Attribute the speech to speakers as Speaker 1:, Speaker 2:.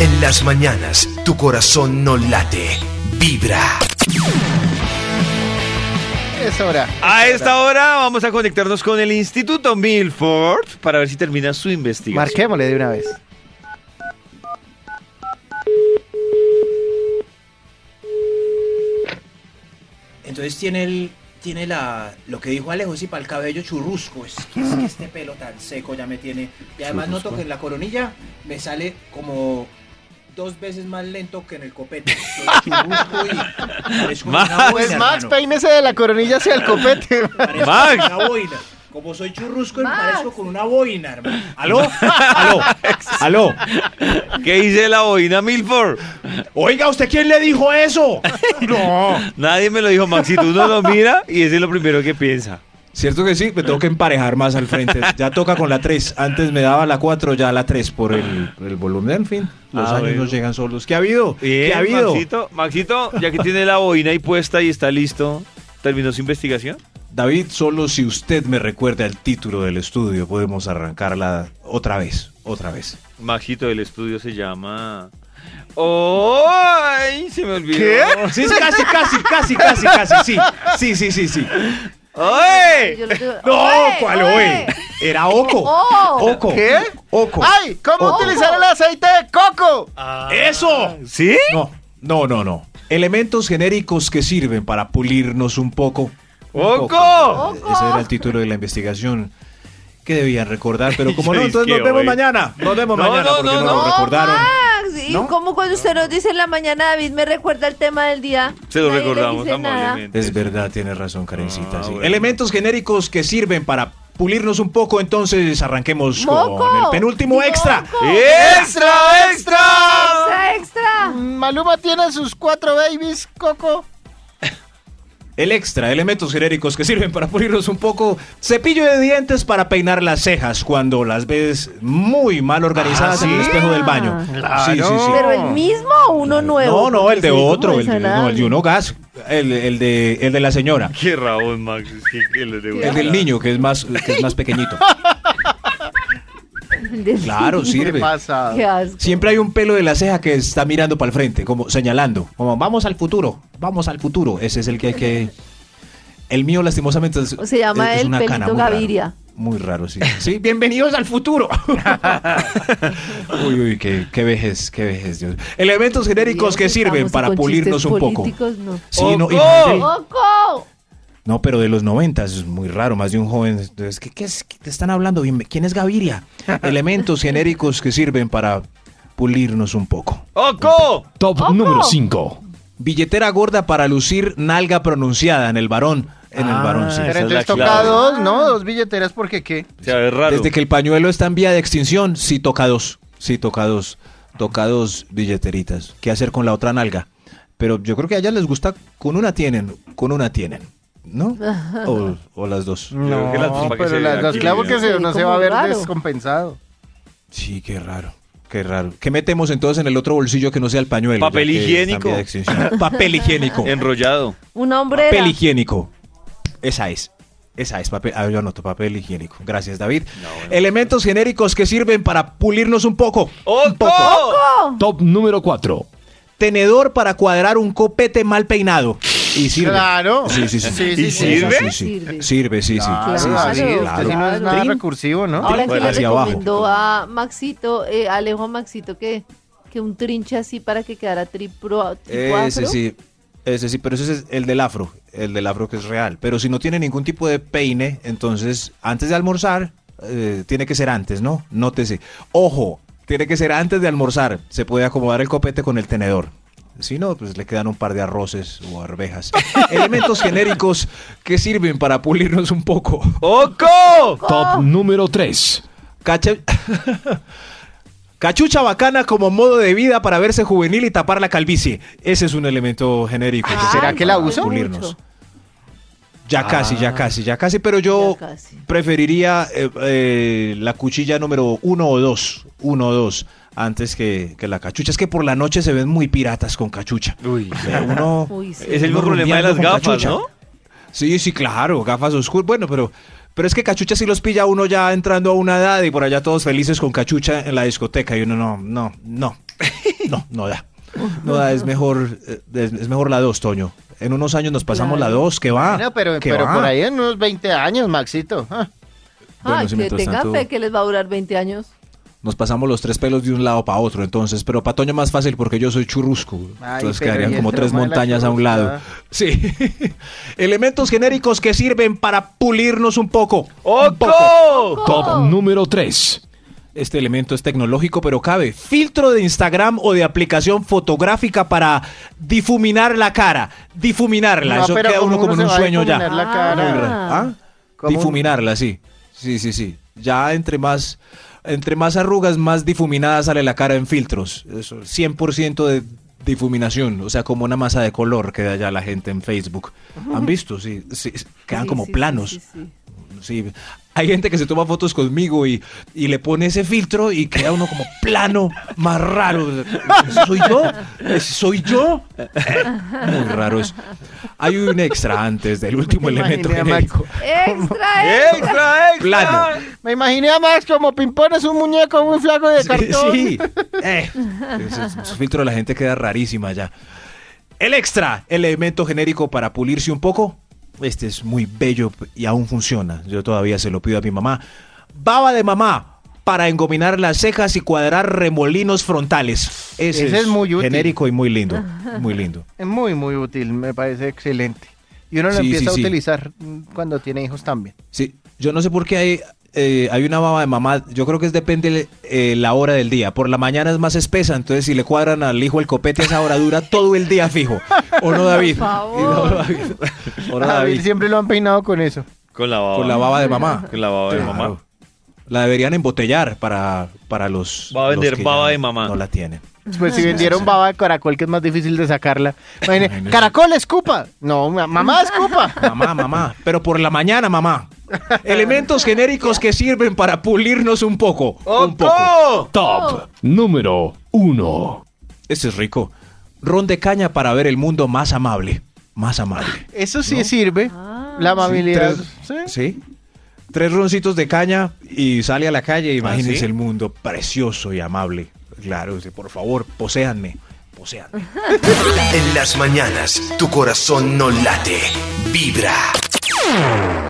Speaker 1: En las mañanas tu corazón no late, vibra.
Speaker 2: Es hora. es hora.
Speaker 3: A esta hora vamos a conectarnos con el Instituto Milford para ver si termina su investigación.
Speaker 2: Marquémosle de una vez.
Speaker 4: Entonces tiene el, tiene la, lo que dijo Alejo, sí, para el cabello churrusco. Es que, es que este pelo tan seco ya me tiene. Y además noto que en la coronilla me sale como dos veces más lento que en el copete. Soy churrusco y parezco una
Speaker 3: Max.
Speaker 4: boina,
Speaker 2: Pues Max,
Speaker 4: hermano.
Speaker 2: peínese de la coronilla hacia el copete.
Speaker 4: Parezco
Speaker 3: Max.
Speaker 4: una boina. Como soy churrusco, me parezco con una boina, hermano. ¿Aló? ¿Aló?
Speaker 5: Aló,
Speaker 3: ¿Qué dice la boina Milford?
Speaker 4: Oiga, ¿usted quién le dijo eso?
Speaker 2: no.
Speaker 3: Nadie me lo dijo, Maxito. Uno lo mira y ese es lo primero que piensa.
Speaker 5: cierto que sí, me tengo que emparejar más al frente. Ya toca con la 3. Antes me daba la 4, ya la 3 por el, el volumen, en fin. Los
Speaker 3: Ah,
Speaker 5: años
Speaker 3: bueno.
Speaker 5: no llegan solos. ¿Qué ha habido? ¿Qué
Speaker 3: Bien,
Speaker 5: ha habido?
Speaker 3: Maxito, Maxito, ya que tiene la boina ahí puesta y está listo, ¿terminó su investigación?
Speaker 5: David, solo si usted me recuerda el título del estudio, podemos arrancarla otra vez, otra vez.
Speaker 3: Maxito, el estudio se llama... ¡Ay! Se me olvidó.
Speaker 5: Sí, sí, casi, casi, casi, casi, casi, sí. Sí, sí, sí, sí.
Speaker 3: ¡Ay!
Speaker 6: Yo lo tuve-
Speaker 5: No,
Speaker 6: ¡Oe!
Speaker 5: ¿cuál
Speaker 6: ¡Oe!
Speaker 5: hoy? Era Oco.
Speaker 6: ¡Oh!
Speaker 5: Oco.
Speaker 2: ¿Qué?
Speaker 5: Oco.
Speaker 2: ¡Ay! ¿Cómo
Speaker 5: Oco.
Speaker 2: utilizar el aceite de coco?
Speaker 5: ¡Eso!
Speaker 3: ¿Sí?
Speaker 5: No, no, no, no. Elementos genéricos que sirven para pulirnos un poco. Un
Speaker 3: ¡Oco!
Speaker 5: poco.
Speaker 6: ¡Oco!
Speaker 5: Ese era el título de la investigación que debían recordar, pero como
Speaker 3: Yo dije,
Speaker 5: no, entonces nos vemos
Speaker 3: oye.
Speaker 5: mañana. Nos vemos
Speaker 3: No,
Speaker 5: mañana
Speaker 3: no,
Speaker 5: porque
Speaker 3: no,
Speaker 5: no,
Speaker 3: no.
Speaker 5: nos
Speaker 6: ¡No,
Speaker 5: recordaron.
Speaker 6: oh, Max! ¿Y
Speaker 5: ¿No?
Speaker 6: cómo cuando usted nos dice en la mañana, David, me recuerda el tema del día?
Speaker 3: Se lo
Speaker 6: Nadie le
Speaker 3: recordamos
Speaker 6: dice nada.
Speaker 3: amablemente.
Speaker 5: Es verdad, tienes razón, Karencita.
Speaker 3: Ah,
Speaker 5: sí.
Speaker 3: bueno.
Speaker 5: Elementos genéricos que sirven para pulirnos un poco, entonces arranquemos
Speaker 6: ¡Moco!
Speaker 5: con el penúltimo
Speaker 6: ¡Moco!
Speaker 5: extra.
Speaker 3: ¡Extra, extra!
Speaker 6: ¡Extra, extra!
Speaker 2: Maluma tiene sus cuatro babies, coco.
Speaker 5: El extra, elementos genéricos que sirven para pulirnos un poco. Cepillo de dientes para peinar las cejas cuando las ves muy mal organizadas en el espejo del baño. Sí, sí, sí.
Speaker 6: ¿Pero el mismo o uno
Speaker 5: No,
Speaker 6: nuevo?
Speaker 5: no, el
Speaker 6: Porque
Speaker 5: de
Speaker 6: se ve
Speaker 5: otro,
Speaker 6: como
Speaker 5: el de, no, el de uno gas, el, el de, el de la señora,
Speaker 3: Qué rabón, Max. es que- que le debo
Speaker 5: el del
Speaker 3: hablar.
Speaker 5: niño que es más, que es más pequeñito.
Speaker 6: desagradable. Del-
Speaker 5: Claro,
Speaker 2: ¿Qué
Speaker 5: sirve.
Speaker 2: pasa?
Speaker 6: Qué asco.
Speaker 5: Siempre hay un pelo de la ceja que está mirando para el frente, como señalando, como vamos al futuro, vamos al futuro. Ese es el que hay que. El mío, lastimosamente, es,
Speaker 6: Se llama
Speaker 5: es- es
Speaker 6: el
Speaker 5: una
Speaker 6: pelito
Speaker 5: cana muy raro.
Speaker 6: Gaviria.
Speaker 5: muy raro, sí. Sí, bienvenidos al futuro. uy, uy, qué, qué vejez, qué vejez, Dios. Elementos genéricos que
Speaker 6: Dios,
Speaker 5: sirven
Speaker 6: estamos
Speaker 5: para
Speaker 6: con
Speaker 5: pulirnos
Speaker 6: chistes
Speaker 5: un poco.
Speaker 6: políticos, no.
Speaker 5: Sí, no, y
Speaker 3: ¡Oco!
Speaker 5: más del-
Speaker 6: ¡Oco!
Speaker 5: no, pero de los noventas es muy raro, más de un joven. Entonces, ¿qué, qué es? ¿Qué te están hablando? Bien, ¿Quién es Gaviria? Elementos genéricos que sirven para pulirnos un poco.
Speaker 3: ¡Oco!
Speaker 7: Top
Speaker 6: Ojo.
Speaker 7: número 5.
Speaker 5: Billetera gorda para lucir nalga pronunciada en el varón. En el varón, sí.
Speaker 2: Pero
Speaker 3: Ah, es la
Speaker 2: entonces toca
Speaker 3: clave.
Speaker 2: dos, ¿no? Dos billeteras porque qué.
Speaker 3: Se ve raro.
Speaker 5: Desde que el pañuelo está en vía de extinción, sí toca dos. Sí toca dos. Toca dos billeteritas. ¿Qué hacer con la otra nalga? Pero yo creo que a ellas les gusta. Con una tienen. Con una tienen. ¿No? O, o las dos.
Speaker 3: Yo creo que las dos
Speaker 2: No,
Speaker 3: para que
Speaker 2: pero
Speaker 3: se
Speaker 2: las
Speaker 3: vea
Speaker 2: dos,
Speaker 3: aquí,
Speaker 2: claro que
Speaker 3: mira.
Speaker 2: se,
Speaker 6: Sí,
Speaker 2: no se
Speaker 6: como
Speaker 2: va a ver
Speaker 6: raro.
Speaker 2: descompensado.
Speaker 5: Sí, qué raro. Qué raro. ¿Qué metemos entonces en el otro bolsillo que no sea el pañuelo?
Speaker 3: Papel
Speaker 5: Ya que está en
Speaker 3: higiénico.
Speaker 5: vía de extinción? Papel higiénico.
Speaker 3: Enrollado.
Speaker 6: Una hombrera.
Speaker 5: Papel higiénico. Esa es. Esa es papel. Ah, yo anoto papel higiénico. Gracias, David. Elementos genéricos que sirven para pulirnos un poco. Un poco.
Speaker 3: ¡Oco!
Speaker 7: Top número 4.
Speaker 5: Tenedor para cuadrar un copete mal peinado. Y sirve.
Speaker 2: Claro.
Speaker 5: Sí, sí, sí.
Speaker 2: Sí,
Speaker 3: ¿Y
Speaker 2: sí, sí.
Speaker 3: sirve?
Speaker 5: Sí, sí.
Speaker 6: Sirve.
Speaker 5: Sirve, sí, sí.
Speaker 2: Claro,
Speaker 5: Ah, Sí, sí,
Speaker 2: David,
Speaker 5: sí,
Speaker 2: usted
Speaker 5: claro.
Speaker 2: sí no es nada
Speaker 5: Trin.
Speaker 2: recursivo, ¿no?
Speaker 6: Ahora que
Speaker 3: Bueno,
Speaker 6: le
Speaker 5: hacia abajo.
Speaker 6: recomendó a Maxito, eh, Alejo a Maxito, que, que un trinche así para que quedara tripro, tipo
Speaker 5: Ese
Speaker 6: afro.
Speaker 5: sí, ese sí, pero ese es el del afro, el del afro que es real. Pero si no tiene ningún tipo de peine, entonces antes de almorzar, eh, tiene que ser antes, ¿no? Nótese. Ojo, tiene que ser antes de almorzar. Se puede acomodar el copete con el tenedor. Si no, pues le quedan un par de arroces o arvejas. Elementos genéricos que sirven para pulirnos un poco.
Speaker 3: ¡Oco!
Speaker 7: Top número 3.
Speaker 5: Cacha- Cachucha bacana como modo de vida para verse juvenil y tapar la calvicie. Ese es un elemento genérico. que
Speaker 6: Ay,
Speaker 5: sirve
Speaker 2: Ah, ¿Será que la
Speaker 5: para
Speaker 2: usa?
Speaker 5: pulirnos.
Speaker 6: Ah, mucho.
Speaker 5: Ya casi, ya casi, ya casi, pero yo
Speaker 6: Ah. Ya casi.
Speaker 5: preferiría eh, eh, la cuchilla número uno o dos, uno o dos, antes que, que la cachucha. Es que por la noche se ven muy piratas con cachucha.
Speaker 3: Uy.
Speaker 5: Eh, Uno,
Speaker 6: Uy, sí.
Speaker 3: Es el mismo
Speaker 5: uno
Speaker 3: problema de
Speaker 5: rumbeando
Speaker 3: las
Speaker 5: con
Speaker 3: gafas,
Speaker 5: cachucha.
Speaker 3: ¿no?
Speaker 5: Sí, sí, claro, gafas oscuras. Bueno, pero, pero es que cachucha sí los pilla uno ya entrando a una edad y por allá todos felices con cachucha en la discoteca. Y uno no, no, no. no, no da. No da, es mejor, eh, es, es mejor la dos, Toño. En unos años nos pasamos la
Speaker 6: Claro.
Speaker 5: dos, que va.
Speaker 2: Bueno, pero,
Speaker 5: Ah, ¿Qué
Speaker 2: pero
Speaker 5: va?
Speaker 2: por ahí en unos 20 años, Maxito. Ah,
Speaker 5: Bueno,
Speaker 6: Ay,
Speaker 5: sí,
Speaker 6: que
Speaker 5: mientras
Speaker 6: tenga
Speaker 5: tanto-
Speaker 6: fe que les va a durar 20 años.
Speaker 5: Nos pasamos los tres pelos de un lado para otro, entonces, pero para Toño más fácil porque yo soy churrusco.
Speaker 2: Ay,
Speaker 5: entonces
Speaker 2: pero
Speaker 5: quedarían
Speaker 2: ¿y el
Speaker 5: como tres
Speaker 2: trauma de la
Speaker 5: montañas a un lado. Sí. Elementos genéricos que sirven para pulirnos un poco. Un poco.
Speaker 3: ¡Oco!
Speaker 7: Top número 3.
Speaker 5: Este elemento es tecnológico, pero cabe. Filtro de Instagram o de aplicación fotográfica para difuminar la cara. Difuminarla.
Speaker 2: No,
Speaker 5: Pues Eso
Speaker 2: pero
Speaker 5: queda
Speaker 2: ¿cómo
Speaker 5: uno como en
Speaker 2: uno
Speaker 5: un
Speaker 2: se va a
Speaker 5: sueño ya.
Speaker 2: difuminar la
Speaker 6: Ah.
Speaker 2: cara?
Speaker 5: Muy raro. ¿Ah?
Speaker 2: ¿Cómo?
Speaker 5: Difuminarla, sí. Sí, sí, sí. Ya entre más, entre más arrugas, más difuminada sale la cara en filtros. Eso, 100% de difuminación, o sea, como una masa de color que da ya la gente en Facebook. ¿Han visto? Sí, sí, quedan
Speaker 6: Sí,
Speaker 5: como
Speaker 6: sí, sí,
Speaker 5: planos.
Speaker 6: sí, sí.
Speaker 5: Sí, hay gente que se toma fotos conmigo y, y le pone ese filtro y queda uno como plano más raro. ¿Ese ¿Soy yo? ¿Ese ¿Soy yo? Muy raro eso. Hay un extra antes del último
Speaker 2: Me
Speaker 5: elemento
Speaker 2: imaginé a Max.
Speaker 5: genérico.
Speaker 6: ¡Extra, extra!
Speaker 3: ¡Extra, extra!
Speaker 5: Plano.
Speaker 2: Me imaginé a Max como Pimpón es un muñeco muy flaco de cartón.
Speaker 5: Sí. eh. Ese- ese filtro de la gente queda rarísima ya. El extra, elemento genérico para pulirse un poco. Este es muy bello y aún funciona. Yo todavía se lo pido a mi mamá. Baba de mamá para engominar las cejas y cuadrar remolinos frontales. Ese,
Speaker 2: Ese es muy útil.
Speaker 5: genérico y muy lindo. Muy lindo.
Speaker 2: Es muy, muy útil, me parece excelente. Y uno lo
Speaker 5: Sí,
Speaker 2: empieza
Speaker 5: sí,
Speaker 2: a
Speaker 5: sí.
Speaker 2: utilizar mm, cuando tiene hijos también.
Speaker 5: Sí, yo no sé por qué hay, eh, hay una baba de mamá. Yo creo que es depende eh, la hora del día. Por la mañana es más espesa, entonces si le cuadran al hijo el copete, esa hora dura todo el día fijo. ¿O no, David?
Speaker 6: Por favor.
Speaker 5: ¿O no, David? ¿O no,
Speaker 2: A David
Speaker 5: David?
Speaker 2: siempre lo han peinado con eso.
Speaker 3: Con la baba.
Speaker 5: Con la baba de mamá.
Speaker 3: Con la baba de
Speaker 5: Claro.
Speaker 3: mamá.
Speaker 5: La deberían embotellar para, para los.
Speaker 3: Va a
Speaker 5: los
Speaker 3: vender
Speaker 5: que
Speaker 3: baba
Speaker 5: ya
Speaker 3: de mamá.
Speaker 5: No la tienen.
Speaker 2: Pues si vendieron baba de caracol, que es más difícil de sacarla. Imagine,
Speaker 5: Imagínese.
Speaker 2: caracol, escupa. No, ma- mamá, escupa.
Speaker 5: Mamá, mamá. Pero por la mañana, mamá. Elementos genéricos que sirven para pulirnos un poco. Un poco.
Speaker 3: ¡Oco!
Speaker 7: Top número 1.
Speaker 5: Este es rico. Ron de caña para ver el mundo más amable. Más amable.
Speaker 2: Eso sí sirve.
Speaker 6: Ah.
Speaker 2: la amabilidad.
Speaker 5: Sí,
Speaker 2: Sí.
Speaker 5: tres, sí. Tres roncitos de caña y sale a la calle. Imagínense
Speaker 3: ¿sí?
Speaker 5: el mundo precioso y amable. Claro, dice, por favor, poséanme. Poséanme.
Speaker 1: En las mañanas, tu corazón no late, vibra.